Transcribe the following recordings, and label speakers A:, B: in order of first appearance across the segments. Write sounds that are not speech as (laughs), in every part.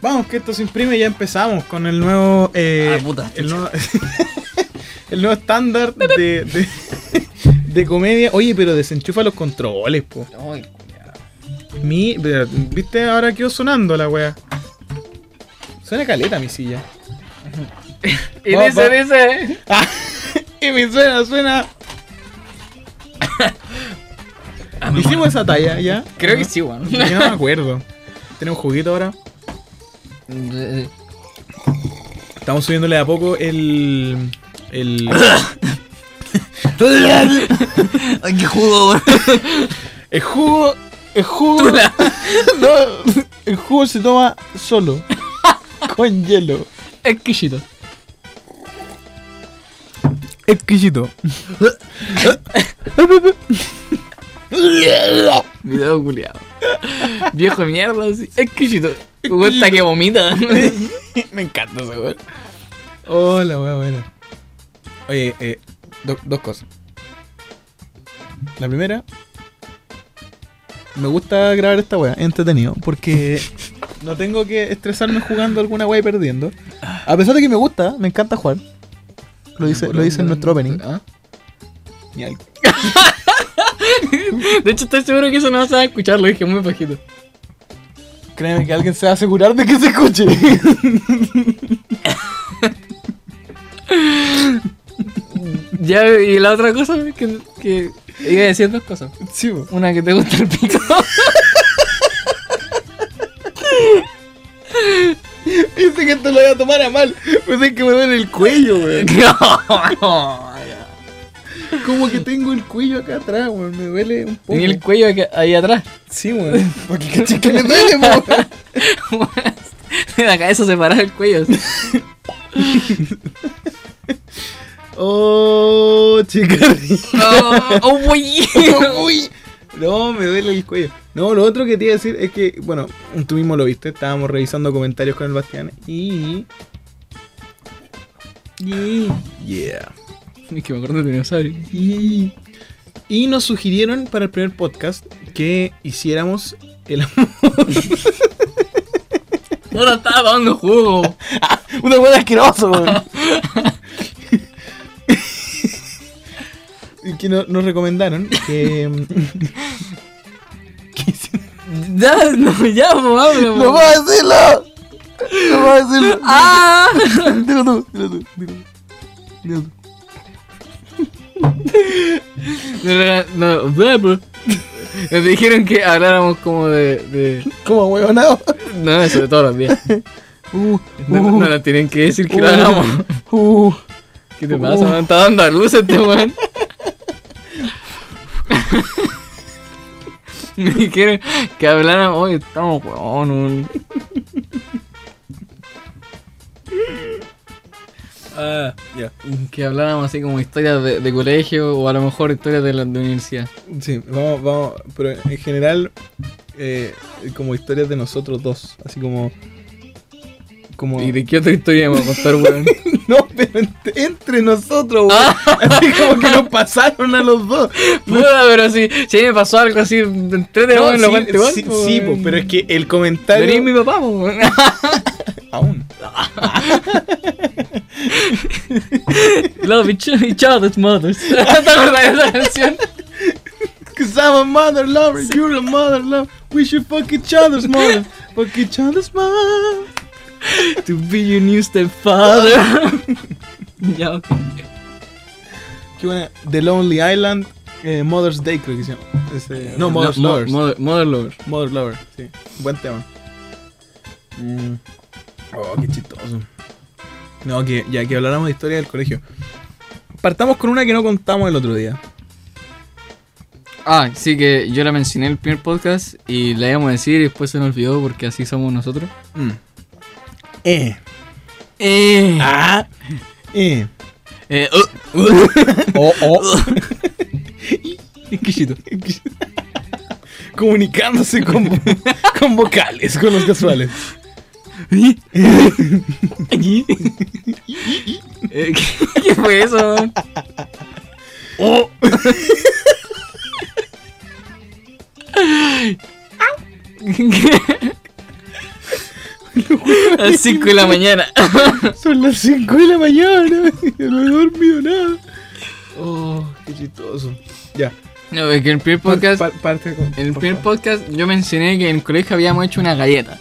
A: Vamos, que esto se imprime y ya empezamos con el nuevo. eh,
B: Ah, puta,
A: el nuevo, (laughs) el nuevo estándar de, de, de comedia. Oye, pero desenchufa los controles, po.
B: Ay, culiao.
A: Mi, ¿Viste? Ahora quedó sonando la wea. Suena caleta mi silla.
B: Y
A: Va, va.
B: dice, dice. ¿eh?
A: Ah, y mi suena,
B: (laughs)
A: suena.
B: Ah,
A: Hicimos esa talla ya.
B: Creo que sí, weón.
A: Yo no me acuerdo. Tenemos juguito ahora. Estamos subiéndole de a poco el.
B: (laughs)
A: El,
B: (laughs) Ay, qué jugo, weón.
A: el jugo. El jugo. (laughs) No, el jugo se toma solo. Con hielo.
B: Exquisito.
A: Exquisito. (laughs)
B: Video culiado. Viejo de mierda, así. Exquisito. Cuenta que (laughs) vomita.
A: Me encanta ese weón. Hola, weón, bueno. Oye, eh, do- dos cosas. La primera, me gusta grabar esta weá, es entretenido, porque no tengo que estresarme jugando alguna weá y perdiendo. A pesar de que me gusta, me encanta jugar. Lo dice, lo dice en nuestro opening.
B: ¿Ah?
A: Ni al-
B: De hecho, estoy seguro que eso no se va a escuchar, lo dije muy bajito.
A: Créeme que alguien se va a asegurar de que se escuche.
B: Ya, y la otra cosa que, que iba a decir dos cosas.
A: (laughs) sí, po.
B: Una que te gusta el (laughs) pico.
A: (laughs) Dice que esto lo voy a tomar a mal. Pensé que me duele el cuello, weón. (laughs) Como que tengo el cuello acá atrás, weón. Me duele un poco.
B: Tenía el cuello acá- ahí atrás. (laughs)
A: Sí, weón. Porque caché que me duele, weón.
B: la cabeza separada del (laughs) cuello.
A: Oh, chica rica.
B: Oh, oh, güey.
A: (laughs) Uy. No, me duele el cuello. No, lo otro que te iba a decir es que, bueno, tú mismo lo viste. Estábamos revisando comentarios con el Bastián. Y. Y. Yeah.
B: (laughs) Es que me acuerdo de dinosaurio.
A: Y, y nos sugirieron para el primer podcast que hiciéramos el amor.
B: No lo estaba tomando jugo.
A: Una hueá asqueroso, weón. (laughs) Y que no- nos recomendaron que. (laughs) que hici-
B: Ya, no, ya, po, habla, po.
A: puedo decirlo! ¡No puedo decirlo!
B: ¡Ah!
A: Dilo tú, dilo tú, dilo tú. Dilo tú.
B: No, no, no. Nos dijeron que habláramos como de. de...
A: ¿Cómo, huevonado?
B: No, eso de todos los días.
A: Uh,
B: No, no,
A: uh,
B: nos tienen que decir que lo
A: uh,
B: hablamos.
A: uh.
B: ¿Qué te pasa, man? Está dando a luz este man. Me dijeron que hablaran hoy, estamos weón. un-
A: Ah, ya.
B: Que habláramos así como historias de, de colegio o a lo mejor historias de la de universidad.
A: Sí, vamos, vamos, pero en general, eh, como historias de nosotros dos, así como... como
B: ¿Y de qué otra historia me a contar, weón?
A: No, pero ent- entre, nosotros, güey.
B: Ah.
A: Así como que nos pasaron a los dos.
B: Puta, pero si, si a mí me pasó algo así, entrete,
A: No,
B: weón, lo
A: sí,
B: cuento igual,
A: sí,
B: po,
A: sí,
B: weón.
A: po, pero es que el comentario...
B: Venís mi papá, po, (laughs) weón.
A: Aún.
B: Love each, each other's mothers. (laughs) ¿Te acordás de esa canción?
A: Cause I'm a mother lover, you're a mother lover. We should fuck each other's mother. Fuck each other's mother.
B: To be your new stepfather. (laughs) ya, ok.
A: Qué buena. The Lonely Island, eh, Mother's Day creo que se llama. Ese- no, Mother's
B: Eh, Mo-
A: Lovers.
B: Mother, Mother Lovers.
A: Mother Lover, sí. Buen tema. Mm. Oh, qué chistoso. No, que ya que habláramos de historia del colegio. Partamos con una que no contamos el otro día.
B: Ah, sí que yo la mencioné en el primer podcast y la íbamos a decir y después se nos olvidó porque así somos nosotros.
A: Mm. Eh.
B: Eh.
A: Ah. Eh.
B: Eh, (laughs) uh, uh.
A: (laughs) Oh, (laughs) oh.
B: Exquisito.
A: Comunicándose con, con vocales, con los (laughs) casuales.
B: Allí. Eh, ¿Qué qué fue eso? man?
A: Oh.
B: ¿Qué? (laughs) A las 5 de la mañana.
A: Son las 5 de la mañana. (laughs) Yo no he dormido nada. Oh, qué chistoso. Ya.
B: No, es que en el primer podcast,
A: Par- parte con-
B: en el
A: por
B: primer
A: favor.
B: podcast yo mencioné que en el colegio habíamos hecho una galleta.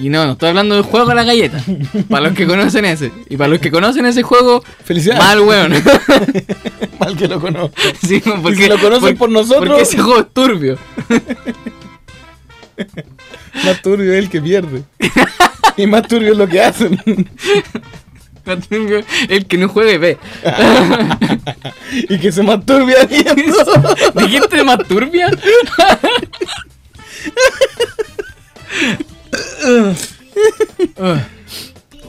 B: Y no, no estoy hablando del juego de
A: (laughs)
B: la galleta. Para los que conocen ese. Y para los que conocen ese juego,
A: Felicidades. (laughs)
B: mal weón. (laughs)
A: Mal que lo conozco.
B: Sí, porque,
A: si lo conocen
B: porque-
A: por nosotros-
B: Porque ese juego es turbio. (laughs)
A: Más turbio es el que
B: (laughs)
A: pierde. y más turbio es lo que hacen.
B: El que no juegue ve. (laughs)
A: y que se masturbia
B: (laughs)
A: viendo.
B: ¿Dijiste más
A: (laughs)
B: (laughs) turbia? Oh,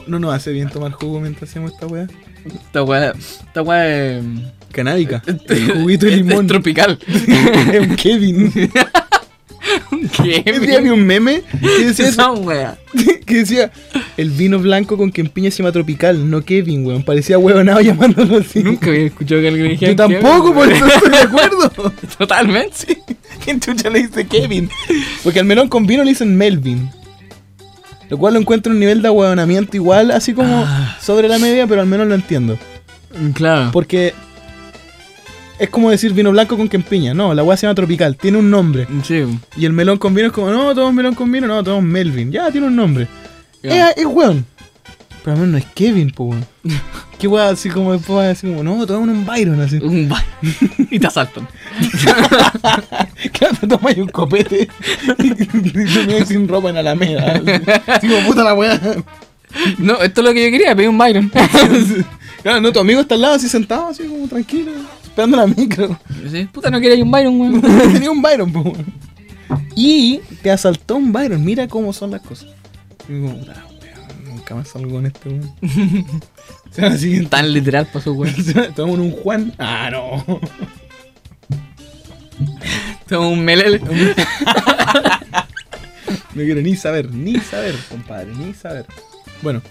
A: no nos hace bien tomar jugo mientras hacemos esta weá.
B: Esta weá. Esta weá es. (laughs)
A: Canábica.
B: Este
A: El juguito de
B: es-
A: limón. (laughs)
B: Es tropical.
A: Es un
B: (laughs)
A: Kevin. Hoy día vi
B: ¿Qué?
A: un meme
B: (laughs)
A: que decía,
B: Esa weá.
A: (laughs) que decía el vino blanco con quien piña se llama tropical, no Kevin, weón. Parecía huevonado (laughs) llamándolo así.
B: Nunca había escuchado que alguien dijera.
A: Yo tampoco, por eso estoy de acuerdo.
B: (laughs) Totalmente.
A: (laughs) ¿Quién chucha le dice Kevin? Porque al melón con vino le dicen Melvin. Lo cual lo encuentro un nivel de ahueonamiento igual, así como sobre la media, pero al menos lo entiendo. Ah.
B: Claro.
A: Porque es como decir vino blanco con quien piña. No, la hueá se llama tropical, tiene un nombre.
B: Sí.
A: Y el melón con vino es como, no, todos melón con vino, no, todos Melvin. Ya, tiene un nombre.
B: claro.
A: Eh, Es weón. Pero al menos no es Kevin, po, (laughs) weón. Qué weón, así como después va a decir como, no, toma un Byron, así.
B: Un ba- (laughs) Y te asaltan.
A: (laughs) Claro, te tomas un copete (laughs) y terminas sin ropa en Alameda. Así como, puta la weá. (laughs)
B: No, esto es lo que yo quería, pedí un (laughs) Byron.
A: Claro, no, tu amigo está al lado, así sentado, así como tranquilo, esperando la micro. (laughs)
B: Sí, Puta, no quería un Byron, weón. (laughs)
A: Tenía un Byron, po, weón. Y te asaltó un Byron, mira cómo son las cosas. Y como, puta la weá, nunca más salgo con este weón. (laughs) Se va a la siguiente. (laughs)
B: Tan literal pasó, (laughs) weón.
A: Tomamos un Juan. Ah, no.
B: Tengo un melele.
A: No quiero ni saber, ni saber, compadre, ni saber. Bueno,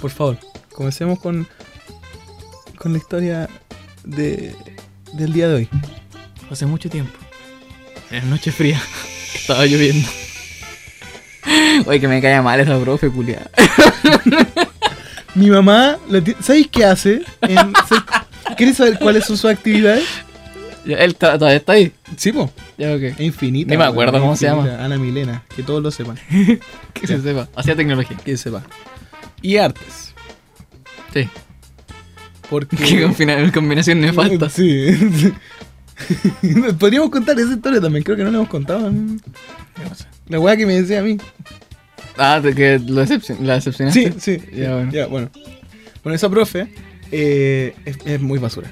A: por favor, comencemos con, con la historia de, del día de hoy.
B: Hace mucho tiempo. Era noche fría. (laughs) Estaba lloviendo. Oye, que me caía mal esa profe, (laughs) culiada.
A: Mi mamá, la ti- ¿sabéis qué hace?
B: (laughs)
A: En- se- ¿Quieres saber cuáles son sus actividades?
B: Él ta- todavía está ahí.
A: Sí, po,
B: Ya, ok.
A: es infinita.
B: Ni me
A: weón,
B: acuerdo
A: es
B: cómo se
A: infinita. Ana Milena, que todos lo sepan,
B: Que se sepa. Hacía tecnología.
A: que sepa. Y artes, (laughs)
B: Sí. (laughs) Qué
A: porque...
B: combina- (laughs) combinación nefasta.
A: Sí. (laughs) Podríamos contar esa historia también, creo que no la hemos contado. ¿no? La weá que me decía a mí.
B: Ah, de que lo decepcion- la decepcionaste.
A: Sí, sí.
B: Ya, bueno.
A: Ya, bueno. Bueno, esa profe eh, es, es muy basura.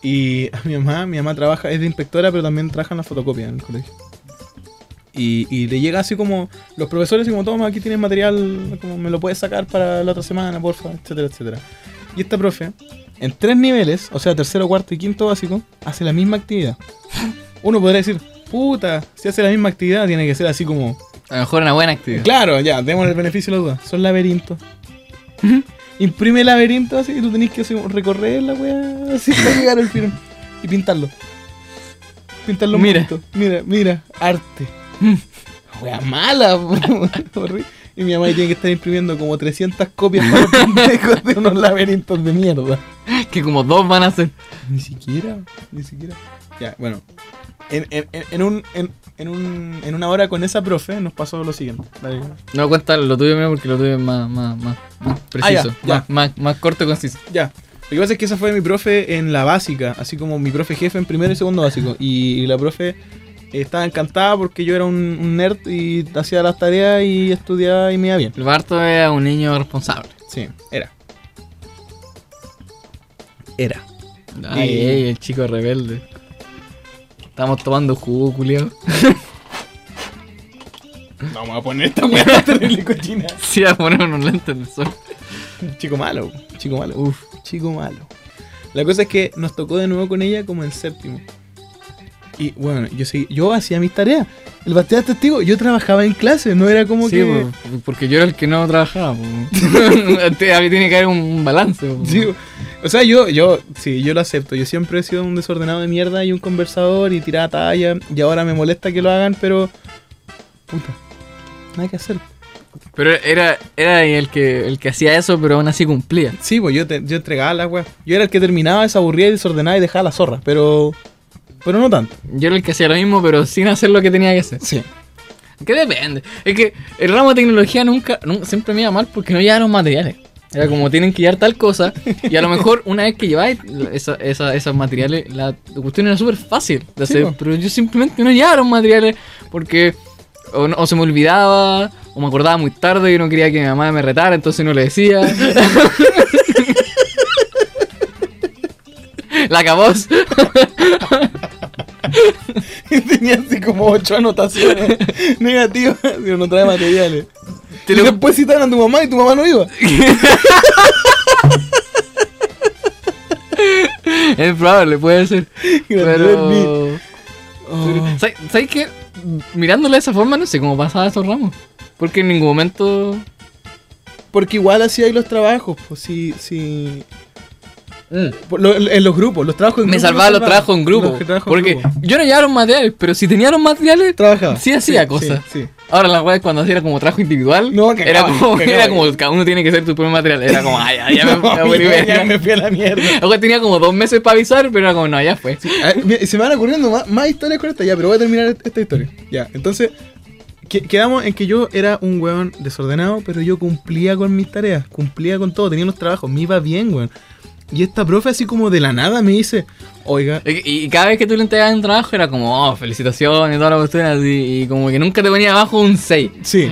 A: Y a mi mamá, mi mamá trabaja, es de inspectora, pero también trabaja en la fotocopia en el colegio. Y, y le llega así como, los profesores, así como, toma, aquí tienes material, como me lo puedes sacar para la otra semana, porfa, etcétera, etcétera. Y esta profe, en tres niveles, o sea, tercero, cuarto y quinto básico, hace la misma actividad. Uno podría decir, puta, si hace la misma actividad, tiene que ser así como
B: A lo mejor una buena actividad.
A: Claro, ya, demos el beneficio de la duda. Son laberintos. Imprime el laberinto así y tú tenés que así como recorrer la weá así para llegar al final. Y pintarlo. Pintarlo un
B: Mira.
A: poquito. Mira, mira, arte.
B: Mm.
A: Wea mala, (laughs) po, horrible. Y mi mamá ahí tiene que estar imprimiendo como 300 copias para los pendejos de unos laberintos de mierda.
B: Que como dos van a ser.
A: Ni siquiera, ni siquiera. Ya, bueno. En, en- en- en un, en, en un, en una hora con esa profe nos pasó lo siguiente. Dale.
B: No cuenta lo tuyo mío porque lo tuyo es más, más, más, más preciso.
A: Ah, ya, ya.
B: Más, más, más corto y conciso.
A: Ya. Lo que pasa es que esa fue mi profe en la básica, así como mi profe jefe en primero y segundo básico. Y, la profe eh, estaba encantada porque yo era un, un nerd y hacía las tareas y estudiaba y me iba bien.
B: El Barto era un niño responsable.
A: Sí, era. Era.
B: Ay,
A: Y-
B: ey, el chico rebelde. Estamos tomando jugo, culiao. (laughs)
A: Vamos a poner (laughs) esta weá terrible cochina.
B: Sí, a poner unos lentes en el sol.
A: Chico malo, chico malo, uff, chico malo. La cosa es que nos tocó de nuevo con ella como en séptimo. Y bueno, yo seguí- yo hacía mis tareas. El bastión testigo, yo trabajaba en clase, no era como
B: sí,
A: que.
B: po, porque yo era el que no trabajaba.
A: (laughs)
B: po. (laughs) Te- a mí tiene que haber un- un balance. po.
A: Sí, o sea, yo, yo, sí, yo lo acepto. Yo siempre he sido un desordenado de mierda y un conversador y tirada talla. Y ahora me molesta que lo hagan, pero. Puta, nada que hacer.
B: Pero era, era el que el que hacía eso, pero aún así cumplía.
A: Sí, pues yo, te- yo entregaba las weas. Yo era el que terminaba, se aburría y desordenaba y dejaba la zorra, pero. Pero no
B: (laughs)
A: tanto.
B: Yo era el que hacía lo mismo, pero sin hacer lo que tenía que hacer.
A: Sí.
B: Que depende. Es que el ramo de tecnología nunca, nun- siempre me iba mal porque no llevaron materiales. Era como tienen que llevar tal cosa. Y a lo mejor una vez que lleváis esa- esa- esos materiales, la cuestión era súper fácil de
A: Sí,
B: hacer.
A: po.
B: pero yo simplemente no llevaba los materiales porque o, no- o se me olvidaba, o me acordaba muy tarde y no quería que mi mamá me retara, entonces no le decía. (laughs) la caboz.
A: (laughs) Tenía así como ocho anotaciones (laughs) negativas, pero no trae materiales.
B: Te
A: Y
B: lo-
A: después citaron a tu mamá y tu mamá no
B: (laughs)
A: iba.
B: (laughs) Es probable,
A: (laughs)
B: puede ser.
A: Pero...
B: Pero... ¿Sabes sabes qué? Mirándolo de esa forma, no sé cómo pasaba esos ramos. Porque en ningún momento.
A: Porque igual hacía ahí los trabajos, pues sí, sí. Por lo- en los grupos, los trabajos en
B: Me
A: grupo
B: salvaba
A: me
B: los trabajos en grupo.
A: Mm. Los que trabajos en
B: porque
A: grupo.
B: yo no llevaba los materiales, pero si tenía los materiales,
A: Trabajaba.
B: sí hacía cosas.
A: Sí, sí.
B: Ahora la web cuando hacía era como trabajo individual,
A: No, cagaba,
B: era, como,
A: cagaba.
B: era como cada uno tiene que hacer su propio material. Era como, ay, ay, Ah, ya
A: (laughs)
B: me,
A: No,
B: ya me-
A: amigo, ya me fui a la mierda.
B: (laughs) La wea tenía como dos meses para avisar, pero era como, no, ya fue.
A: Ah, mira, se me van ocurriendo más, más historias con esta, ya, pero voy a terminar est- esta historia. Ya, entonces, que- quedamos en que yo era un weón desordenado, pero yo cumplía con mis tareas, cumplía con todo, tenía los trabajos, me iba bien, weón. Y esta profe así como de la nada me dice, oiga, eh,
B: Y, y cada vez que tú le entregabas un trabajo era como, oh, felicitaciones, toda la cuestión así. Y como que nunca te ponía abajo un 6,
A: sí.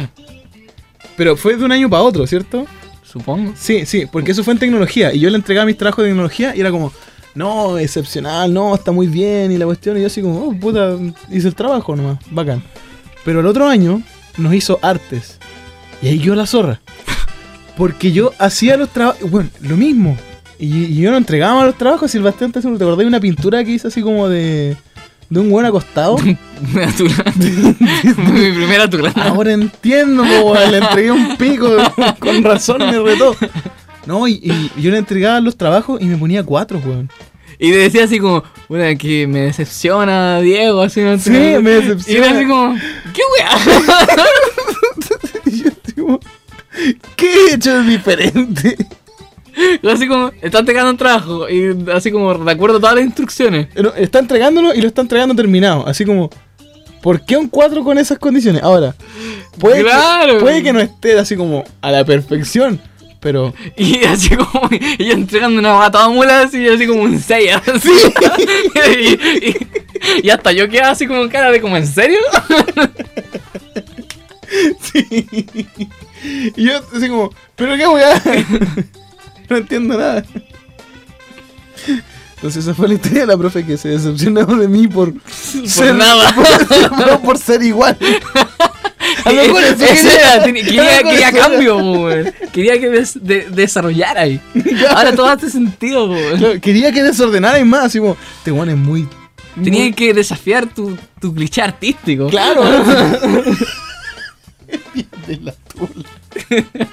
A: Pero fue de un año para otro, ¿cierto?
B: supongo. (laughs)
A: Sí, sí, porque eso fue en tecnología. Y yo le entregaba mis trabajos de tecnología y era como, no, excepcional, no, está muy bien. Y la cuestión, y yo así como, oh, puta, hice el trabajo nomás, bacán. Pero el otro año nos hizo artes. Y ahí quedó la zorra. Porque yo hacía los trabajos, bueno, lo mismo. Y, y yo no entregaba los trabajos y el bastante, ¿te acordás de una pintura que hice así como de, de un buen acostado? (laughs)
B: Me atularon. Mi primera atulada.
A: Ahora entiendo, po, weón, le entregué un (laughs) pico, con razón me retó. No, y, y yo le entregaba los trabajos y me ponía cuatro, weón.
B: Y decía así como, una que me decepciona Diego, así no
A: Sí,
B: sé.
A: me
B: Y era así
A: decepciona.
B: como, ¿qué weá?
A: Y (laughs) yo, tipo, ¿qué he hecho de diferente?
B: Y (laughs) así como, estás tocando un trabajo. Y así como, recuerdo todas las instrucciones.
A: No, Está entregándolo y lo está entregando terminado. Así como, ¿por qué un cuatro con esas condiciones? Ahora, puede,
B: Claro.
A: que, puede que no esté así como a la perfección, pero
B: Y (laughs) así como, y yo entregando una bata a mula, así, así como un 6, así. (laughs) y, y- y hasta yo quedaba así como cara de como, ¿en serio?
A: (laughs) Y yo así como, ¿pero qué voy a...? (laughs) no entiendo nada. Entonces esa fue la historia de la profe que se decepcionó de mí por... ser-
B: nada.
A: (laughs) Por, no por ser igual. A lo (laughs) mejor eso
B: Ese
A: quería.
B: era, tenía-
A: A lo (laughs)
B: quería,
A: mejor
B: quería
A: eso era.
B: cambio, po, weón. Quería que des- de-
A: (laughs)
B: desarrollara ahí. Ahora todo hace sentido, po, weón.
A: Claro, Quería que desordenara y más, así como, este weón es muy...
B: Tenía que desafiar tu, tu cliché artístico.
A: Claro. de la tula. (laughs)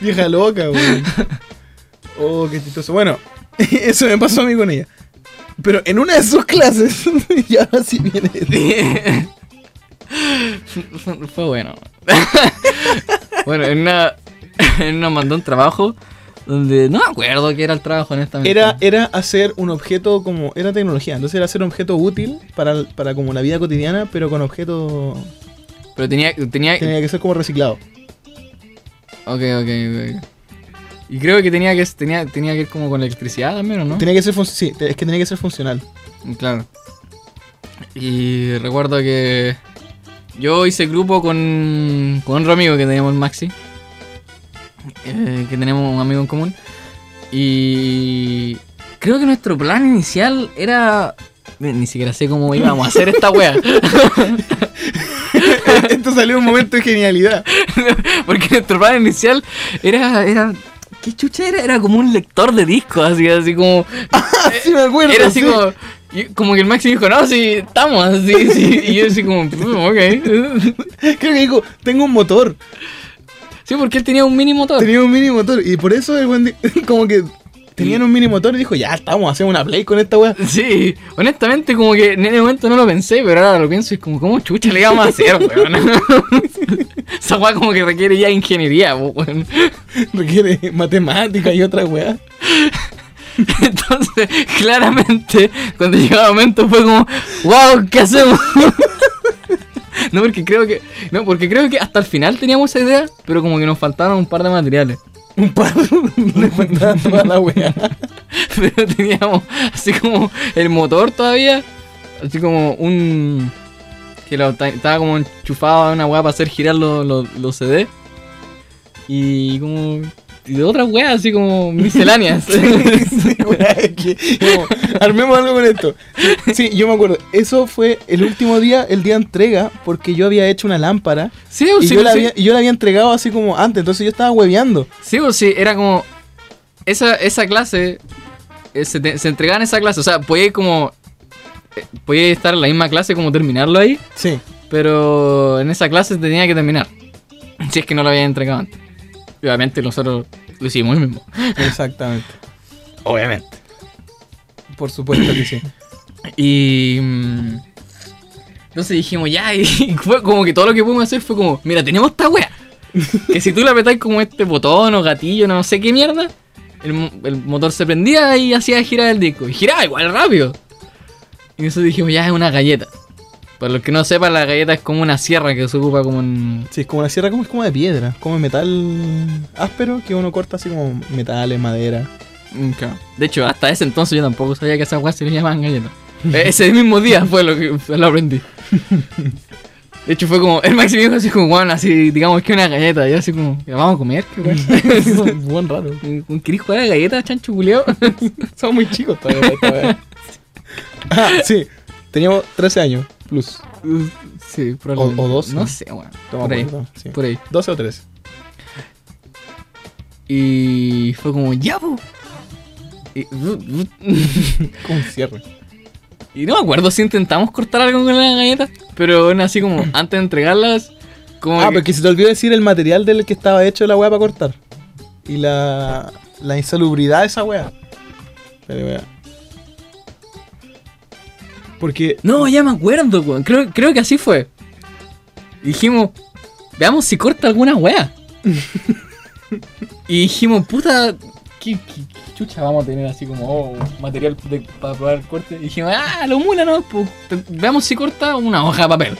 A: Vieja loca, güey. Oh, qué chistoso. Bueno, (laughs) eso me pasó a mí con ella. Pero en una de sus clases, (laughs) y ahora sí viene.
B: Fue- (laughs) Fue bueno. (laughs) bueno, en (laughs) una, en una mandó un trabajo donde no me acuerdo qué era el trabajo, honestamente.
A: Era, era hacer un objeto como. Era tecnología, entonces era hacer un objeto útil para, para como la vida cotidiana, pero con objeto.
B: Pero tenía, tenía.
A: Tenía que ser como reciclado.
B: Ok, ok, ok. Y creo que tenía que, tenía, tenía que ir como con electricidad también, ¿o no?
A: Tenía que ser. fun- Sí, es que tenía que ser (laughs) funcional.
B: Claro. Y recuerdo que yo hice grupo con, con otro amigo que teníamos, el Maxi, eh, que tenemos un amigo en común. Y creo que nuestro plan inicial era... Ni siquiera sé cómo íbamos a hacer esta wea.
A: Esto salió un momento de (laughs) genialidad.
B: Porque nuestro plan inicial era... era ¿Qué chucha era? Era como un lector de discos, así, así como...
A: Así me acuerdo.
B: Era así
A: Ah, sí.
B: como. y- Como que el Maxi dijo, no, sí, estamos así, sí. Y yo así como, "Mm, ok.
A: Creo que dijo, tengo un motor.
B: Sí, porque él tenía un mini motor.
A: Ah. Tenía un mini motor. Y por eso el buen di- (laughs) como que Tenían un mini motor y dijo, ya estamos, hacemos una play con esta weá. (laughs)
B: Sí, honestamente, como que en el momento no lo pensé, pero ahora lo pienso y es como, ¿cómo chucha le íbamos a hacer, weón? (laughs) Esa weá como que requiere ya ingeniería, po, weón. (laughs)
A: Requiere matemática y otra weá.
B: Entonces, claramente, cuando llegaba el momento fue como, wow, ¿qué hacemos? (laughs) No, porque creo que. No, porque creo que hasta el final teníamos esa idea, pero como que nos faltaron un par de materiales.
A: Un par (laughs) le faltaba toda la weá.
B: (laughs) Pero teníamos así como el motor todavía, así como un. que lo ta- estaba como enchufado a una weá para hacer girar los los- los CD. Y como. y de otras weas así como
A: (laughs)
B: misceláneas.
A: (laughs)
B: (laughs) pues,
A: Sí, weá, es que, como, armemos algo con esto. Sí, yo me acuerdo. Eso fue el último día, el día de entrega, porque yo había hecho una lámpara
B: sí,
A: y,
B: sí, sí.
A: yo, la había, y yo la había entregado así como antes, entonces yo estaba hueveando.
B: Sí, o sí, era como. Esa, esa clase. eh, se, te- se entregaba en esa clase. O sea, podía ir como. eh, Podía estar en la misma clase, como terminarlo ahí.
A: Sí.
B: Pero en esa clase tenía que terminar. (laughs) Si es que no lo había entregado antes. Y obviamente nosotros lo hicimos el mismo.
A: Exactamente.
B: Obviamente.
A: Por supuesto que sí.
B: Y. mm, Entonces dijimos, ya, y (laughs) fue como que todo lo que pudimos hacer fue como, mira, tenemos esta wea. Que si tú le apretáis como este botón o gatillo, no sé qué mierda, el, mo- el motor se prendía y hacía girar el disco. Y giraba igual rápido. Y nosotros dijimos, ya, es una galleta. Para los que no sepan, la galleta es como una sierra que se ocupa como en...
A: Sí, es como una sierra, como es como de piedra, como de metal áspero que uno corta así como metales, (laughs) madera.
B: De hecho, hasta ese entonces yo tampoco sabía que a esas weas se le llamaban galletas.
A: (laughs)
B: E- Ese mismo día fue lo que lo aprendí. De hecho, fue como, el Maxi me dijo así como, bueno, así, digamos que una galleta. Y yo así como, ¿la vamos a comer? ¿Qué
A: (laughs)
B: wea?
A: buen raro.
B: ¿Querés jugar a la galleta, chancho
A: (laughs)
B: culeo?
A: Somos muy chicos todavía. para esta weá. ah, sí. Teníamos 13 años, plus.
B: sí, probablemente.
A: O- o doce.
B: No sé, weón.
A: No me
B: Por ahí,
A: acuerdo, sí.
B: por ahí.
A: 12 o 13.
B: Y fue como, ya, po". Y, (laughs)
A: Como un cierre.
B: Y no me acuerdo si intentamos cortar algo con la galleta, pero bueno, así como antes de entregarlas, como
A: Ah,
B: que-
A: porque se te olvidó decir el material del que estaba hecho la weá para cortar. Y la, la insalubridad de esa weá. Pero weá. Porque
B: No, ya me acuerdo, weón. Creo, creo que así fue. Dijimos, veamos si corta alguna wea. y dijimos, puta, ¿qué, qué- qué chucha vamos a tener así como oh, material de- para probar el corte? Y dijimos, ah, lo mula, no, pues, te- veamos si corta una hoja de papel.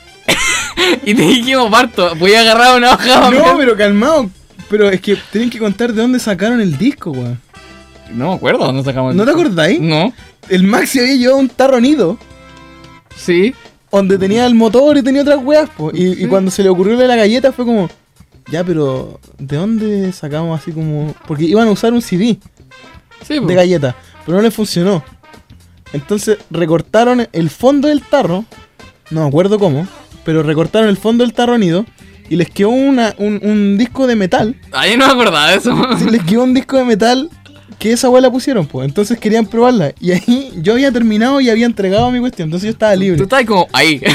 B: (laughs) y te dijimos, Barto, voy a agarrar una hoja de papel.
A: No, pero calmado. Pero es que tienen que contar de dónde sacaron el disco, weón.
B: No me acuerdo dónde sacamos el
A: ¿No te
B: disco.
A: acordáis?
B: No,
A: El Maxi había llevado un tarro nido
B: sí.
A: donde tenía el motor y tenía otras weas, po. Y, y
B: Sí.
A: cuando se le ocurrió lo de la galleta fue como, ya, pero ¿de dónde sacamos así como.? Porque iban a usar un CD
B: Sí, pues. po.
A: de galleta, pero no le funcionó. Entonces recortaron el fondo del tarro, no me acuerdo cómo, pero recortaron el fondo del tarro nido y les quedó una, un, un disco de metal
B: Ay, no me acordaba de eso.
A: Sí, les quedó un disco de metal que esa weá la pusieron, pues. Entonces querían probarla. Y ahí yo había terminado y había entregado mi cuestión. Entonces yo estaba
B: Tú
A: libre.
B: estás como ahí.
A: Yo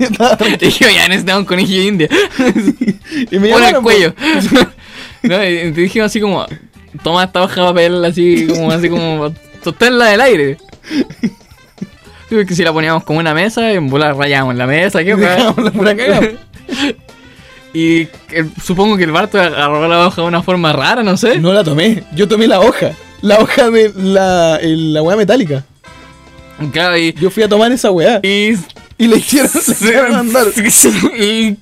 A: estaba tranquilo.
B: Te (laughs) dije, ya este necesitaba un conejillo india.
A: (laughs)
B: (laughs)
A: y me
B: Por el
A: llamaron, po.
B: cuello. no, y te dije así como, toma esta hoja de papel así como, así como, sosténla del aire. Sí, porque si la poníamos como una mesa, en bola rayamos la mesa, qué weá. (laughs)
A: Dejábamos la pura cagada.
B: Y el- supongo que el Barto agarró la hoja de una forma rara, no sé.
A: (laughs) No la tomé. Yo tomé la hoja. La hoja de la, el- la weá metálica.
B: Claro, y.
A: Yo fui a tomar esa weá.
B: Y.
A: Y le hicieron, le hicieron
B: (laughs)
A: andar.
B: y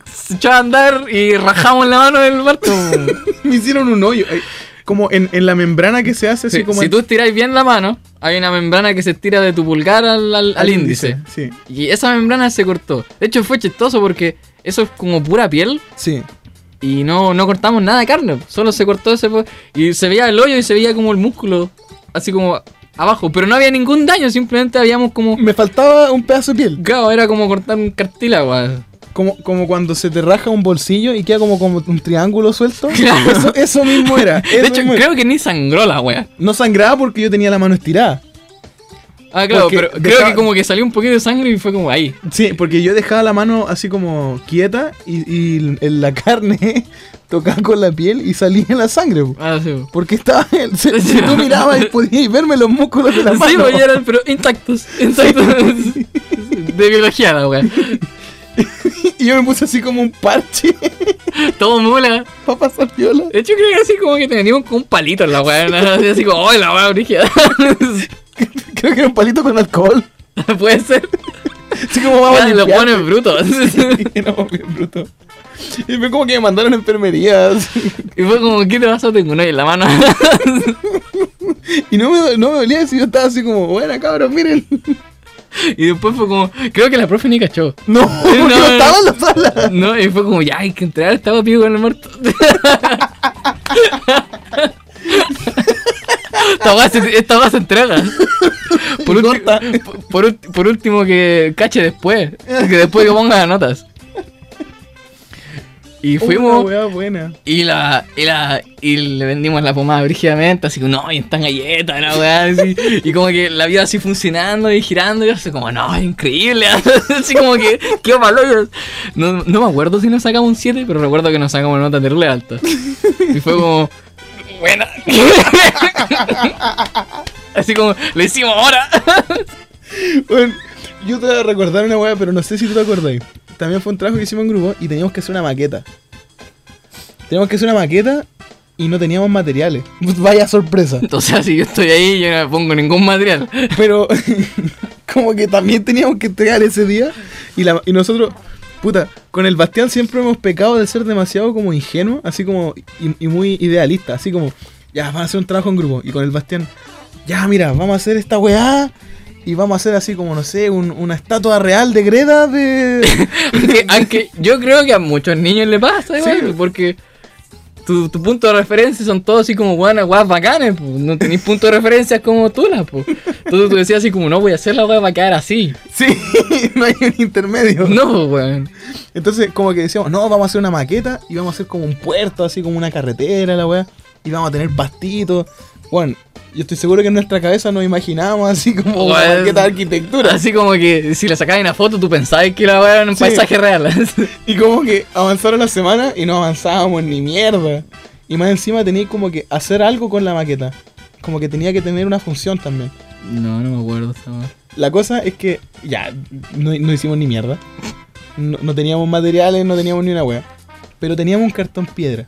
B: se echó a andar y rajamos la mano del Barto.
A: (laughs) Me hicieron un hoyo. eh, Como en, en la membrana que se hace, así
B: Sí,
A: como
B: si
A: en-
B: tú estiráis bien la mano, hay una membrana que se estira de tu pulgar al, al- al índice.
A: Sí.
B: Y esa membrana se cortó. De hecho, fue chistoso porque eso es como pura piel
A: Sí.
B: y no, no cortamos nada de carne. Solo se cortó ese. po- Y se veía el hoyo y se veía como el músculo, así como abajo. Pero no había ningún daño, simplemente habíamos como.
A: Me faltaba un pedazo de piel.
B: Claro, era como cortar un cartílago. ah.
A: Como, como cuando se te raja un bolsillo y queda como, como un triángulo (laughs) suelto.
B: Claro.
A: Eso, eso mismo era.
B: De
A: eso
B: hecho,
A: mismo era.
B: creo que ni sangró la wea.
A: No sangraba porque yo tenía la mano estirada.
B: Ah, claro,
A: Porque
B: pero creo
A: dejaba-
B: que como que salió un poquito de sangre y fue como ahí.
A: Sí, porque yo dejaba la mano así como quieta y, y en la carne (laughs) tocaba con la piel y salía la sangre. po.
B: Ah, sí. po.
A: Porque estaba. se- Si tú mirabas y podías verme los músculos de la
B: Sí,
A: mano.
B: po, ya eran, pero intactos. Intactos. (laughs) De biología, la weá.
A: (laughs) Y yo me puse así como un parche (laughs)
B: Todo mola.
A: para pasar viola.
B: De hecho, creo que así como que te metían con un palito en la
A: (laughs)
B: weá. ¿no? Así, así como, ¡ay, la weá, brígida! (laughs)
A: Creo que era un palito con alcohol.
B: Puede ser.
A: Así como vamos a
B: Ah, Los
A: limpiar.
B: ponen brutos.
A: (laughs) Éramos bien brutos. Y fue como que me mandaron a enfermería. así.
B: Y fue como, ¿qué te pasa? Tengo una en la mano.
A: (laughs)
B: (laughs)
A: Y no me, no me dolía si yo estaba así como, bueno, cabros, miren.
B: Y después fue como, creo que la profe ni cachó.
A: (laughs) No, porque
B: (laughs) (laughs) no,
A: no,
B: no.
A: estaba en la sala.
B: No, y fue como, ya hay que entrar, estaba pido con el muerto. esta weá se, esta weá se entrega. Por, ulti-
A: Corta.
B: por- por ulti- por último, que cache después. Que después que ponga las notas. Y fuimos.
A: Una weá buena.
B: Y la, y la, y le vendimos la pomada brígidamente, así que no, y están galletas, la weá, así. Y como que la vida así funcionando y girando, y así como, no, es increíble, (laughs) así como que, qué valor. No, no me acuerdo si nos sacamos un 7, pero recuerdo que nos sacamos una nota terrible alta. Y fue como, buena. (laughs) Así como, lo hicimos ahora. (laughs)
A: Bueno, yo te voy a recordar una weá, pero no sé si tú te acordáis. También fue un trabajo que hicimos en grupo y teníamos que hacer una maqueta. Teníamos que hacer una maqueta y no teníamos materiales. (laughs) Vaya sorpresa.
B: Entonces, si yo estoy ahí, yo no pongo ningún material.
A: Pero (laughs) como que también teníamos que entregar ese día. Y, la- y nosotros, puta, con el Bastián siempre hemos pecado de ser demasiado como ingenuo, así como, y, y muy idealista, así como, ya, vamos a hacer un trabajo en grupo. Y con el Bastián, ya, mira, vamos a hacer esta weá. Y vamos a hacer así como, no sé, un- una estatua real de Greta de... (laughs)
B: aunque, aunque yo creo que a muchos niños le pasa, igual,
A: Sí.
B: porque tu, tu punto de referencia son todos así como guanas, guas bacanes, po. no tenés punto de referencia como tú las, po. Entonces tú decías así como, no voy a hacer la wea, va a quedar así.
A: Sí, no hay un intermedio.
B: No, po, weón.
A: Entonces, como que decíamos, no, vamos a hacer una maqueta y vamos a hacer como un puerto, así como una carretera, la weá. Y vamos a tener pastitos. Bueno, yo estoy seguro que en nuestra cabeza nos imaginábamos así como una
B: Weón.
A: maqueta de arquitectura.
B: Así como que si le sacabas una foto, tú pensabas que la wea era un
A: Sí.
B: paisaje real. (laughs)
A: Y como que avanzaron las semanas y no avanzábamos ni mierda. Y más encima tenía como que hacer algo con la maqueta. Como que tenía que tener una función también.
B: no, no me acuerdo. esa wea.
A: La cosa es que ya, no, no hicimos ni mierda. No, no teníamos materiales, no teníamos ni una wea. Pero teníamos un cartón piedra.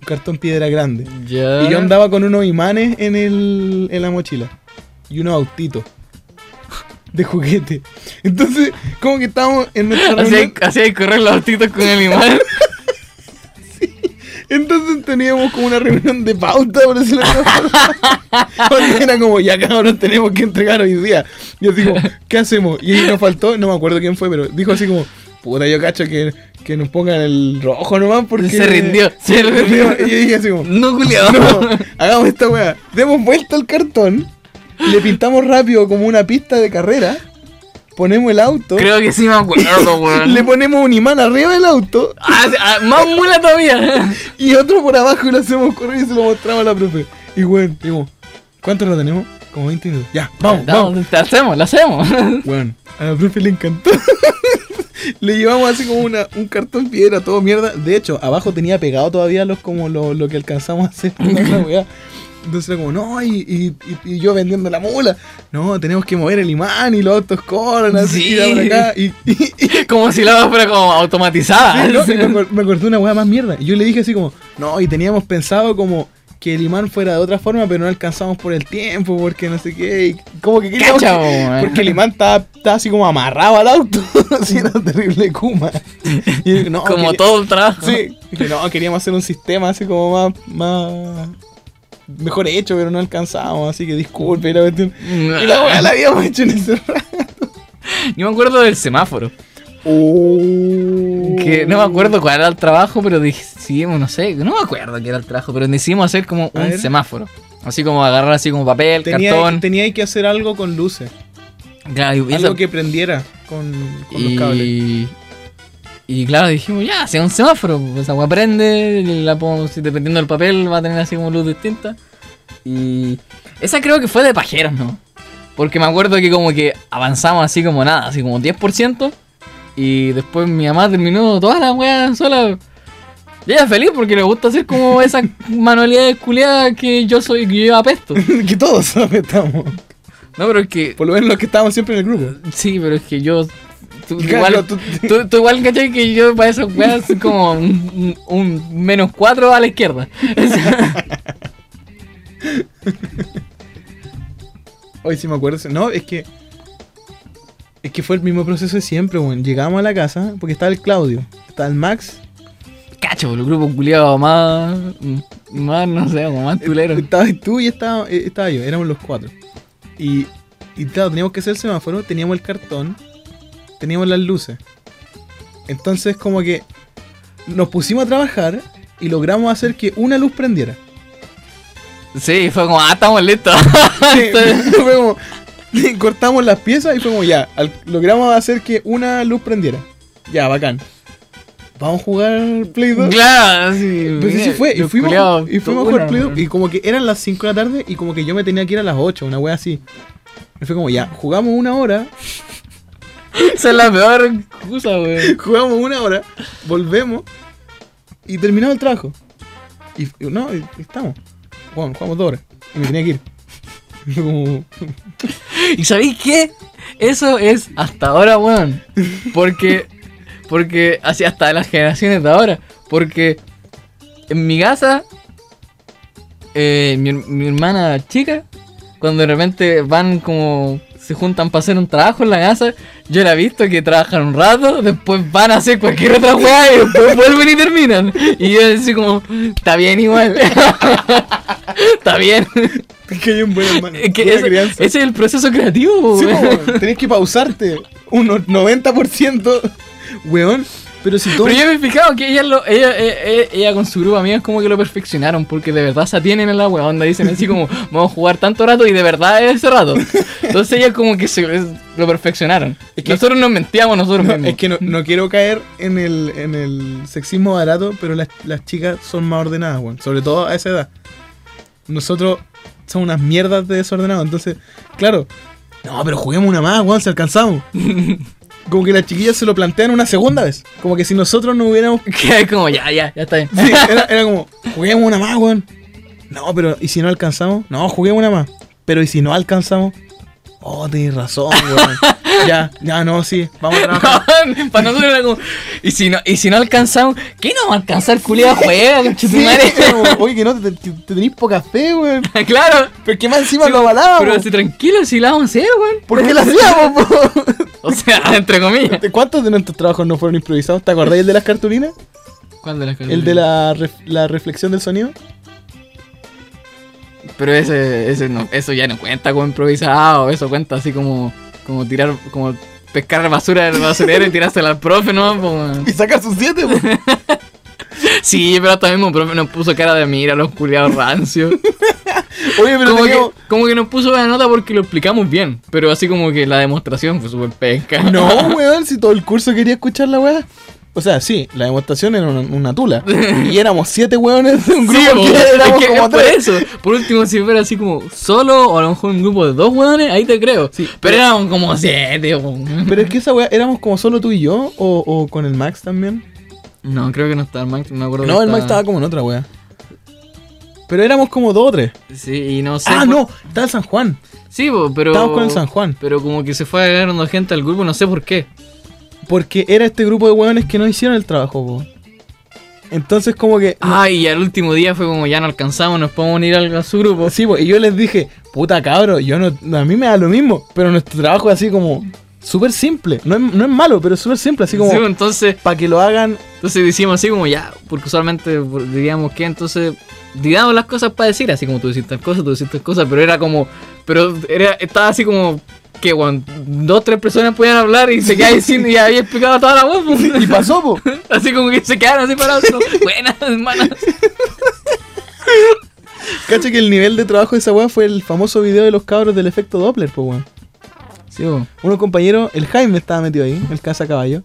A: Un cartón piedra grande.
B: Ya.
A: Y yo andaba con unos imanes en, el, en la mochila. Y unos autitos. De juguete. Entonces, como que estábamos en nuestra
B: Así hay,
A: reunión.
B: así hay que correr los autitos con el imán.
A: Entonces teníamos como una reunión de pauta, por decirlo de alguna
B: (laughs)
A: forma. Porque era como, ya cabrón, tenemos que entregar hoy día. Y así como, ¿qué hacemos? Y ahí nos faltó, no me acuerdo quién fue, pero dijo así como, puta, yo cacho que, que nos pongan el rojo nomás porque...
B: Se rindió, se rindió.
A: Y yo dije así como,
B: No, culiado.
A: No, hagamos esta weá. Demos vuelta al cartón, le pintamos rápido como una pista de carrera, ponemos el auto,
B: Creo que sí me acuerdo, weón.
A: le ponemos un imán arriba del auto
B: Ah, ah, más mula todavía.
A: y otro por abajo y lo hacemos correr y se lo mostramos a la profe. Y weón, digo, ¿cuánto lo tenemos? Como 20 minutos. Ya, vamos, vamos.
B: La hacemos, la hacemos. (laughs)
A: Weón, a la profe le encantó. (laughs) Le llevamos así como una, un cartón piedra, todo mierda. De hecho, abajo tenía pegado todavía los como lo, lo que alcanzamos a hacer con la weá. Entonces era como, no, y, y- y- y yo vendiendo la mula. No, tenemos que mover el imán y los autos corren así y
B: Sí.
A: da para acá. Y, y- y-
B: Como si la voz fuera como automatizada.
A: Sí,
B: (laughs)
A: ¿no? Y me, acor- me acordé de una weá más mierda. Y yo le dije así como, no, y teníamos pensado como que el imán fuera de otra forma, pero no alcanzamos por el tiempo, porque no sé qué. y como que queríamos
B: Cacha,
A: que-
B: po, weón.
A: Porque el imán estaba, estaba así como amarrado al auto. (laughs) así era terrible Kuma. Y, no,
B: como
A: quería-
B: todo el trabajo.
A: Sí. Que no, queríamos hacer un sistema así como más. más mejor hecho, pero no alcanzamos, así que disculpe y la cuestión. Y la weá la habíamos hecho en ese rato.
B: Mm, (laughs) Yo me acuerdo del semáforo. Que no me acuerdo cuál era el trabajo, pero decidimos, no sé, no me acuerdo qué era el trabajo, pero decidimos hacer como
A: A
B: un
A: ver.
B: semáforo. Así como agarrar así como papel,
A: Tenía,
B: cartón.
A: tenía que hacer algo con luces.
B: Claro, y eso-
A: Algo que prendiera con, con los cables. (laughs)
B: y, y claro, dijimos, ya, sea un semáforo, pues, esa agua prende, la pongo- si dependiendo del papel va a tener así como luz distinta. Y esa creo que fue de pajeros, ¿no? Porque me acuerdo que como que avanzamos así como nada, así como 10%. Y después mi mamá terminó todas las weas sola. Y ella feliz porque le gusta hacer como esas (laughs) manualidades culiadas que yo soy, que yo apesto.
A: que todos (laughs) nos metamos.
B: No, pero es que.
A: Por lo menos los que estábamos siempre en el grupo.
B: Sí, pero es que yo. Tú, tú
A: Claro,
B: igual,
A: tú-
B: tú, tú igual, ¿cachai? Que yo para esas weas soy como un, un- un menos 4 a la izquierda.
A: Hoy sí me acuerdo. No, es que. Es que fue el mismo proceso de siempre, weón. Llegamos a la casa porque estaba el Claudio, estaba el Max,
B: Cacho, el grupo culiado más. Más, no sé, como más tulero.
A: Estabas tú y estaba, eh, estaba yo, éramos los cuatro. Y, y claro, teníamos que hacer el semáforo, teníamos el cartón, teníamos las luces. Entonces como que nos pusimos a trabajar y logramos hacer que una luz prendiera.
B: Sí, fue como, ah,
A: (laughs)
B: estamos listos.
A: Sí, (laughs) fue como- cortamos las piezas y fue como ya, al- logramos hacer que una luz prendiera. Ya, bacán. Vamos a jugar Play 2.
B: claro, sí.
A: Pero sí, sí
B: mira,
A: fue, y
B: los
A: fuimos,
B: culiaos,
A: y fuimos a
B: todos
A: jugar Play
B: uno,
A: Doh, y como que eran las 5 de la tarde y como que yo me tenía que ir a las 8, una wea así. Y fue como, ya, jugamos una hora, (laughs)
B: Esa es la peor excusa, güey.
A: jugamos una hora, volvemos y terminamos el trabajo. Y f- no, y- y estamos. Bueno, jugamos dos horas y me tenía que ir. (laughs) Y fue como, (laughs)
B: ¿Y sabéis qué? Eso es hasta ahora, weón. Porque. Porque. Así hasta las generaciones de ahora. Porque. En mi casa. eh, mi, her- mi hermana chica. Cuando de repente van como. Se juntan para hacer un trabajo en la casa. Yo la he visto que trabajan un rato. Después van a hacer cualquier otra weá. Y después (laughs) vuelven y terminan. Y yo así como. Está bien igual. (laughs) Está bien.
A: (laughs) es que hay un buen hermano.
B: Es que
A: buena
B: ese,
A: crianza.
B: ese es el proceso creativo,
A: Sí,
B: weón.
A: po, weón, tenés que pausarte unos 90%, weón. Pero si todo
B: Pero yo me he fijado que ella, lo, ella, eh, eh, ella con su grupo de amigas como que lo perfeccionaron porque de verdad se atienen a la wea onda, dicen así como (laughs) vamos a jugar tanto rato y de verdad es ese rato. Entonces ellas como que se, es- lo perfeccionaron.
A: Es que-
B: nosotros nos mentíamos nosotros
A: No,
B: mismos.
A: es que no, no quiero caer en el, en el sexismo barato, pero las, las chicas son más ordenadas, weón. Sobre todo a esa edad. Nosotros somos unas mierdas de desordenados. Entonces, claro. No, pero juguemos una más, weón, si
B: (laughs)
A: alcanzamos. Como que las chiquillas se lo plantean una segunda vez. Como que si nosotros no hubiéramos.
B: (laughs) Que es como ya, ya, ya
A: (laughs)
B: está bien. (laughs)
A: Sí, era, era como, juguemos una más, weón. No, pero ¿y si no alcanzamos? No, juguemos una más. Pero ¿y si no alcanzamos? Oh, tienes razón, (laughs) weón. ya, ya, no, sí. Vamos a trabajar.
B: Para nosotros era como, y si no, y si no alcanzamos, ¿qué no va a alcanzar culiada juega,
A: (laughs)
B: (laughs)
A: Sí,
B: conchetumare?
A: (laughs) pero, Oye, que no, te, te- te tenís poca fe, weón.
B: claro.
A: Pero que más encima
B: Sí,
A: lo avalábamos.
B: Pero si tranquilo, si la vamos a hacer, weón.
A: ¿Por qué (laughs) lo hacíamos, po? (laughs)
B: O sea, (laughs) entre comillas.
A: ¿Cuántos de nuestros trabajos no fueron improvisados? ¿Te acordáis el de las cartulinas?
B: ¿Cuál de las cosas?
A: ¿El de la, ref- la reflexión del sonido?
B: Pero ese, ese no, eso ya no cuenta como improvisado, eso cuenta así como, como tirar, como pescar basura del basurero y tirársela al profe, ¿no? Como-
A: Y sacar sus siete, po.
B: Sí, pero hasta mismo el profe nos puso cara de mira los culiados rancios.
A: (laughs) Oye, (laughs) pero
B: Como que,
A: teníamos...
B: como que nos puso la nota porque lo explicamos bien, pero así como que la demostración fue súper pesca.
A: No, weón, si todo el curso quería escuchar la weá. O sea, sí, la demostración era una, una tula. Y éramos siete weones de un
B: (laughs) Sí,
A: grupo
B: po,
A: que éramos
B: es que
A: como
B: es por
A: tres.
B: eso. Por último, si fuera así como solo o a lo mejor un grupo de dos hueones, ahí te creo.
A: Sí,
B: pero éramos como siete. po.
A: Pero es que esa weá, éramos como solo tú y yo, o, o con el Max también.
B: No, creo que no estaba el Max, no me acuerdo.
A: No,
B: que
A: el Max estaba como en otra wea. Pero éramos como dos o tres.
B: Sí, y no sé.
A: ah,
B: por-
A: no, estaba el San Juan.
B: Sí, bo, pero.
A: Estábamos con el San Juan.
B: Pero como que se fue agregando gente al grupo, no sé por qué.
A: Porque era este grupo de hueones que no hicieron el trabajo, po. Entonces, como que.
B: Ah, y al último día fue como ya no alcanzamos, nos podemos unir al, a su grupo.
A: Sí, po, y yo les dije, puta cabro, yo no, a mí me da lo mismo, pero nuestro trabajo es así como súper simple. No es, no es malo, pero es súper simple, así como
B: Sí, bo, entonces,
A: para que lo hagan.
B: entonces decimos así como ya, porque usualmente por- diríamos que entonces digamos las cosas para decir, así como tú decís tal cosa, tú decís tal cosa, pero era como, pero era, estaba así como que bueno, dos, tres personas podían hablar y
A: (laughs)
B: se quedaba diciendo y había explicado toda la voz. bo.
A: Y pasó, po.
B: (laughs) Así como que se quedaron así parados. ¿no? Buenas, hermanas.
A: Cacha que el nivel de trabajo de esa weá fue el famoso video de los cabros del efecto Doppler, po, weón.
B: Sí, bo.
A: Uno compañero, el Jaime estaba metido ahí, el Casa Caballo,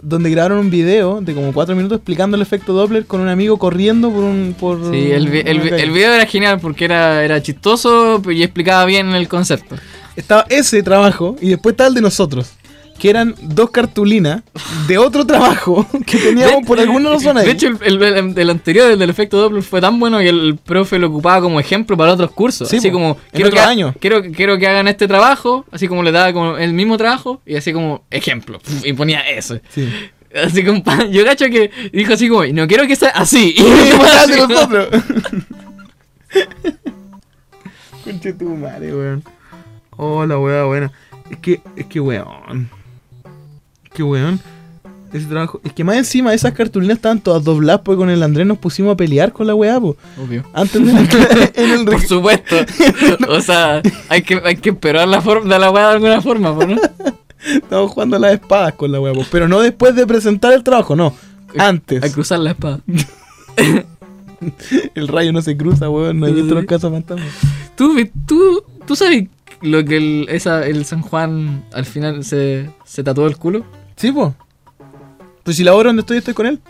A: donde grabaron un video de como 4 minutos explicando el efecto Doppler con un amigo corriendo por un. Por
B: Sí, el, vi- el,
A: una
B: vi-
A: calle.
B: el video era genial porque era, era chistoso y explicaba bien el concepto.
A: estaba ese trabajo y después estaba el de nosotros. Que eran dos cartulinas de otro trabajo (laughs) que teníamos por alguna razón ahí.
B: De hecho, el, el- el- el anterior, el del efecto Doppler, fue tan bueno que el profe lo ocupaba como ejemplo para otros cursos.
A: Sí,
B: así
A: po,
B: como,
A: en
B: quiero
A: otro
B: que, ha-
A: año.
B: Quiero, quiero que hagan este trabajo, así como le daba como el mismo trabajo, y así como ejemplo. pf, Y ponía eso.
A: Sí.
B: Así como, pa- yo cacho que dijo así como, no quiero que sea
A: (laughs)
B: así. (laughs) Y
A: Y después estaba el
B: así,
A: de
B: como-
A: nosotros. (laughs) Conche tu madre, weón. Oh, la weá buena. Es que, es que weón. Que weón. Ese trabajo. Es que más encima esas cartulinas estaban todas dobladas porque con el Andrés nos pusimos a pelear con la weá, po. (laughs)
B: Obvio.
A: Antes de la clase, en el
B: Por
A: rec- (laughs)
B: supuesto. O sea, hay que, hay que esperar la forma de la weá de alguna forma, po, ¿no?
A: Estábamos jugando a las espadas con la weá, po. Pero no después de presentar el trabajo, no.
B: A
A: Antes.
B: cruzar la espada.
A: El rayo no se cruza, weón. No hay visto los cazafantasmas.
B: ¿Tú, vi- tú, tú sabes lo que el, esa, el San Juan al final se, se tatuó el culo?
A: Sí, po. Pues si la hora donde estoy, estoy con él.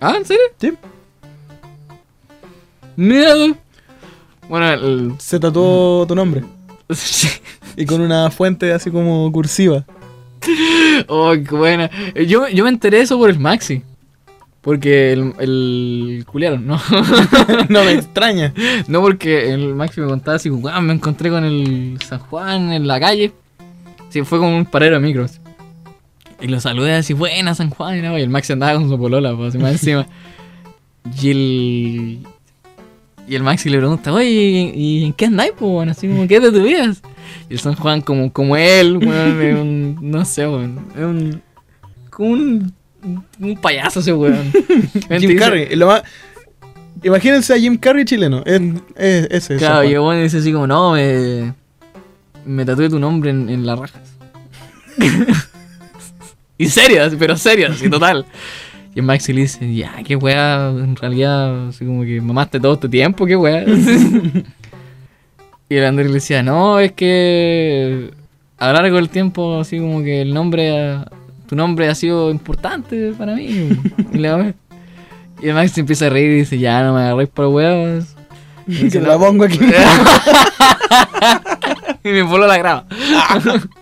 B: ¿Ah, en serio?
A: Sí.
B: Mira tú. Bueno, el... (laughs)
A: Se tatuó tu nombre.
B: sí.
A: Y con una fuente así como (laughs) cursiva.
B: Oh, qué buena. Eh, Yo, yo me enteré de eso por el Maxi. Porque el, el culiaron, ¿no?
A: no me extraña.
B: no porque el Maxi me contaba así, "Guau, me encontré con el San Juan en la calle. Sí, fue como un parero de micros. Y lo saludé así, buena San Juan. Y, la wea, y el Maxi andaba con su polola, pues, así más encima. Y el... Y el Maxi le pregunta, oye, ¿y- ¿y en qué andáis, pues, bueno? Así como, ¿qué te tu vida?" Y el San Juan, como, como él, weón, es un, no sé, weón, es un, como un, un payaso ese weón. Gente
A: Jim
B: dice-
A: Carrey. lo más- Imagínense a Jim Carrey chileno. Es, es- ese. es
B: Claro,
A: San (laughs) Juan.
B: y el weón dice así como, no, me, me tatué tu nombre en, en las rajas. (laughs) y serias, pero serias, y total. Y el Maxi le dice, ya, qué weá, en realidad, así como que mamaste todo tu tiempo, qué weá. (laughs) y el Andrés le decía, no, es que a lo largo del tiempo, así como que el nombre, ha- tu nombre ha sido importante para mí. y, la wea. y el Maxi empieza a reír y dice, ya, no me agarréis por huevos. Y
A: Que
B: dice,
A: la
B: "No".
A: pongo (laughs) aquí.
B: (laughs) y mi pueblo la graba.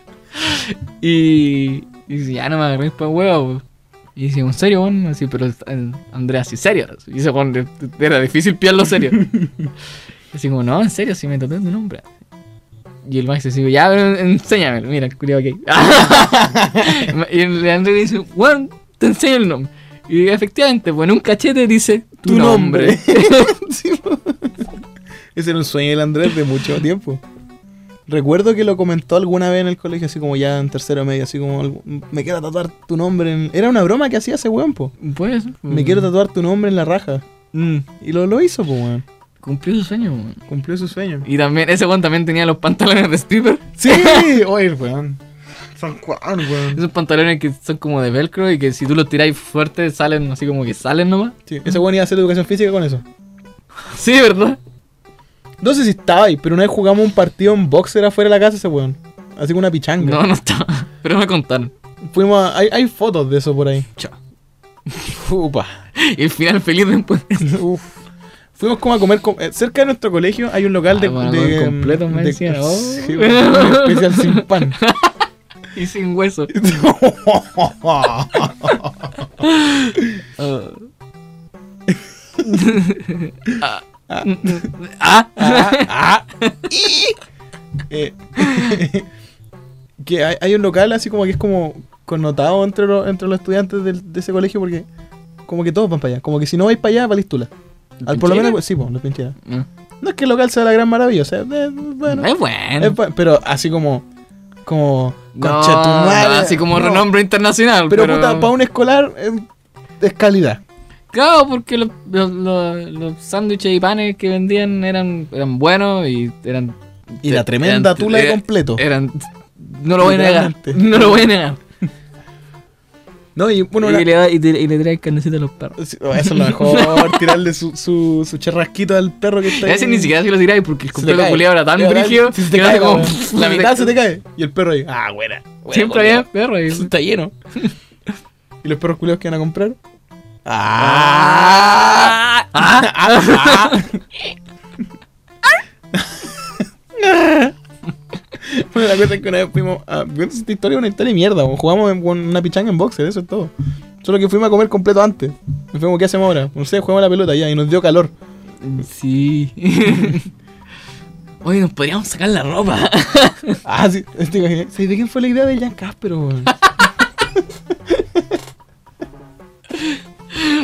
B: (laughs) y, y dice, ya no me agarréis por huevo. po". Y dice, ¿en serio, weón? Así, pero eh, Andrea, así, serio. Y dice, "Weón, de- de- era difícil pillarlo serio. Y así como, no, en serio, si me tatué tu nombre. Y el Max dice, ya, pero enséñame. Mira, el culiao que hay. (laughs) y el Andrea dice, weón, te enseño el nombre. Y efectivamente, pues en un cachete dice, tu,
A: Tu nombre.
B: nombre.
A: (laughs) Sí, po. Ese era un sueño del Andrés de mucho tiempo. Recuerdo que lo comentó alguna vez en el colegio, así como ya en tercero medio, así como algo- me quiero tatuar tu nombre. en-". Era una broma que hacía ese weón, po.
B: (laughs) pues,
A: Me quiero tatuar tu nombre en la raja. Y lo, lo hizo, po, weón.
B: Cumplió su sueño, weón.
A: Mm. Cumplió su sueño.
B: Y también, ese weón también tenía los pantalones de stripper.
A: Sí, (laughs) oye, weón. San Juan, weón.
B: Esos pantalones que son como de velcro y que si tú los tiráis fuerte salen así como que salen nomás. (laughs)
A: Sí, ese weón iba a hacer educación física con eso.
B: Sí, ¿verdad?
A: No sé si estaba ahí, pero una vez jugamos un partido en boxer afuera de la casa ese weón. Así como una pichanga.
B: No, no estaba. Pero me contaron.
A: Fuimos a- hay, hay fotos de eso por ahí.
B: Chao.
A: Upa.
B: Y el final feliz después. (laughs)
A: Uf. Fuimos como a comer. com- eh, cerca de nuestro colegio hay un local
B: Ah,
A: de.
B: bueno,
A: de-
B: con completo me
A: de-
B: decían, oh.
A: (laughs) Sí, weón, un especial sin
B: (laughs)
A: pan. (laughs)
B: Y sin hueso. Ah. (laughs) ah.
A: Ah, ah. Eh, (laughs) que hay, hay un local así como que es como connotado entre, los- entre los estudiantes del- de ese colegio porque como que todos van para allá. Como que si no vais para allá, valís tula. Al por lo menos, pues, sí, pues, los pincheras.
B: No.
A: No es que el local sea la gran maravilla, o sea, eh, bueno.
B: es bueno.
A: es bu- pero así como. Como.
B: No,
A: concha tu madre,
B: no, así como
A: no.
B: renombre internacional.
A: Pero, puta, para un escolar eh, es calidad.
B: Claro, porque los, los, los- los sándwiches y panes que vendían eran, eran buenos y eran.
A: Y la tremenda
B: eran-
A: tula de
B: eran-
A: completo.
B: Eran. No lo voy a negar.
A: Literalmente.
B: No lo voy a negar.
A: No, y bueno, la-
B: y, le, da- y te- y le traes carnecita a los perros.
A: Sí, oh, Eso es lo mejor, (laughs) tirarle su, su, su charrasquito al perro que está
B: A veces ni siquiera se lo tiráis porque el
A: Se te
B: completo
A: cae.
B: culiado era tan
A: Era
B: brígido.
A: Si se
B: que
A: te
B: era
A: cae, como,
B: como-
A: la mitad se te cae. Y el perro ahí, ah, buena. buena,
B: Siempre
A: culiao.
B: había perros ahí.
A: Está lleno. (laughs) ¿Y los perros culiados que van a comprar?
B: Ah, ah,
A: (laughs) Ah. Bueno, la cosa es que una vez fuimos a. bueno, Esta historia es una historia de mierda, weón. jugamos en, con una pichanga en boxer, eso es todo. Solo que fuimos a comer completo antes. Nos fuimos, ¿qué hacemos ahora? No sé, jugamos a la pelota ya y nos dio (laughs) calor.
B: Sí. (laughs) Oye, nos podríamos sacar la ropa. (laughs)
A: Ah, sí, (laughs) te imaginas. ¿Sabes de quién fue la idea de Jan Caspero, weón?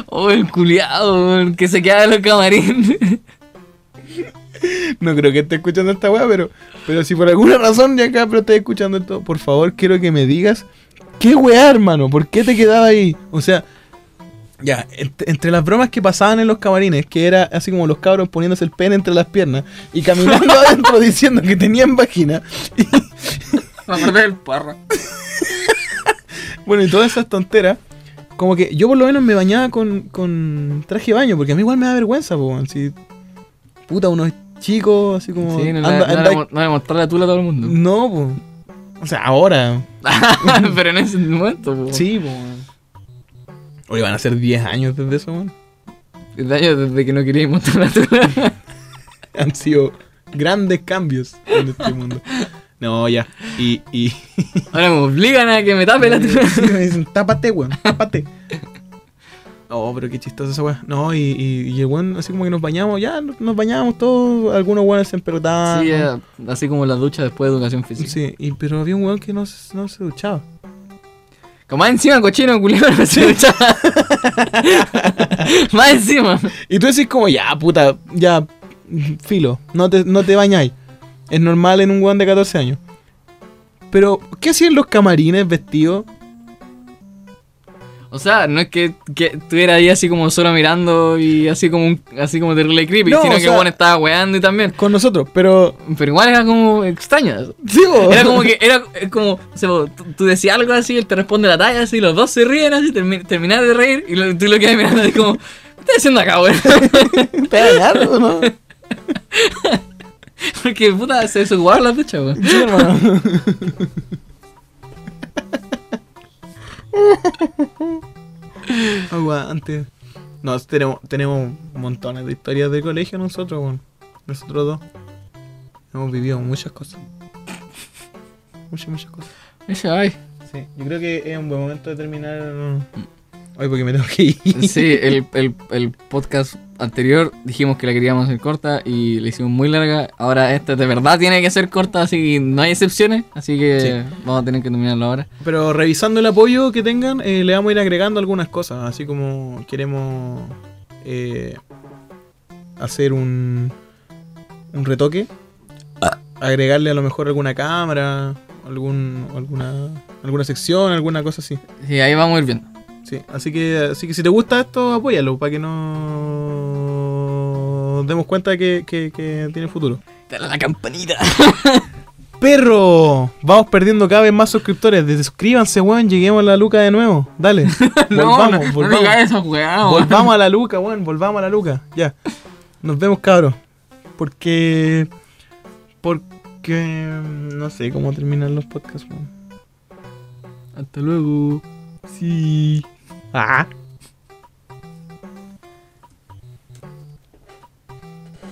B: Oh, el culiado, weón, que se queda en los camarines.
A: No creo que esté escuchando esta weá, pero, pero si por alguna razón ya acá pero estás escuchando esto, por favor quiero que me digas qué weá, hermano, ¿por qué te quedaba ahí? O sea, ya, ent- entre las bromas que pasaban en los camarines, que era así como los cabros poniéndose el pene entre las piernas y
B: (laughs)
A: caminando adentro diciendo que tenían vagina,
B: Me acordé del parra.
A: bueno, y todas esas tonteras, como que yo por lo menos me bañaba con, con traje de baño, porque a mí igual me da vergüenza, po, weón, si puta, unos chicos, así como...
B: Sí, no,
A: anda-
B: le, no,
A: anda-
B: le, no le mostré la tula a todo el mundo.
A: no, po. O sea, ahora...
B: (laughs) Pero en ese momento, po.
A: Mm. Sí, weón. Oye, van a ser 10 años desde eso, weón.
B: Desde años desde que no quería mostrar la tula.
A: (laughs) Han sido grandes cambios en (laughs) este mundo. No, ya. Y. (laughs) y...
B: Ahora me obligan a que me tape la tula.
A: (laughs) Sí, me dicen, tápate, weón, (laughs) tápate. No, Oh, pero qué chistoso esa weá. No, y, y, y el weón, así como que nos bañamos, ya nos nos bañamos todos. Algunos weones se emperotaban.
B: Sí, eh, así como la ducha después de educación física.
A: Ah, Sí, y, pero había un weón que no, se- no se duchaba.
B: Como más encima, cochino, (laughs) culiado, no se duchaba. más encima.
A: Y tú decís como, ya, puta, ya, mm, filo, no te, no te bañáis. Es normal en un weón de 14 años. Pero, ¿qué hacían los camarines vestidos?
B: O sea, no es que, que estuviera ahí así como solo mirando y así como un, así como terrible creepy,
A: No,
B: sino
A: o
B: que
A: sea-
B: el Juan estaba weando y también.
A: Con nosotros, pero...
B: Pero igual era como extraño. eso.
A: Sí, po. (laughs)
B: Era como que, era eh, como, o sea, tú, tú decías algo así, él te responde la talla, así, los dos se ríen así, termi- terminas de reír y lo- tú lo quedas mirando así como, ¿qué estás haciendo acá, weón? (laughs)
A: Te agarro, ¿no?
B: Porque puta, se desocuparon las duchas, weón.
A: Sí, hermano. Aguante. No, tenemos, tenemos montones de historias de colegio nosotros, weón. Nosotros dos. Hemos vivido muchas cosas. Muchas, muchas cosas.
B: Eso, ay.
A: Sí, yo creo que es un buen momento de terminar. Hoy porque me tengo que ir.
B: (laughs) (laughs) Sí, el, el, el podcast anterior dijimos que la queríamos hacer corta y la hicimos muy larga. Ahora esta de verdad tiene que ser corta, así que no hay excepciones. Así que
A: Sí.
B: vamos a tener que terminarlo ahora.
A: Pero revisando el apoyo que tengan, eh, le vamos a ir agregando algunas cosas. Así como queremos eh, hacer un, un retoque. Agregarle a lo mejor alguna cámara, algún, alguna, alguna sección, alguna cosa así.
B: Sí, ahí vamos a ir viendo.
A: Sí, así que, así que si te gusta esto, apóyalo para que no demos cuenta que, que, que tiene futuro.
B: Dale a la campanita.
A: Perro, vamos perdiendo cada vez más suscriptores. Suscríbanse, weón. Lleguemos a la luca de nuevo. Dale.
B: (laughs) (laughs) no,
A: volvamos,
B: no, no
A: volvamos.
B: digas eso, weón.
A: volvamos a la luca, weón. Volvamos a la luca. Ya. Nos vemos, cabros. Porque. Porque. No sé cómo terminan los podcasts, weón.
B: Hasta luego.
A: Sí. Ah.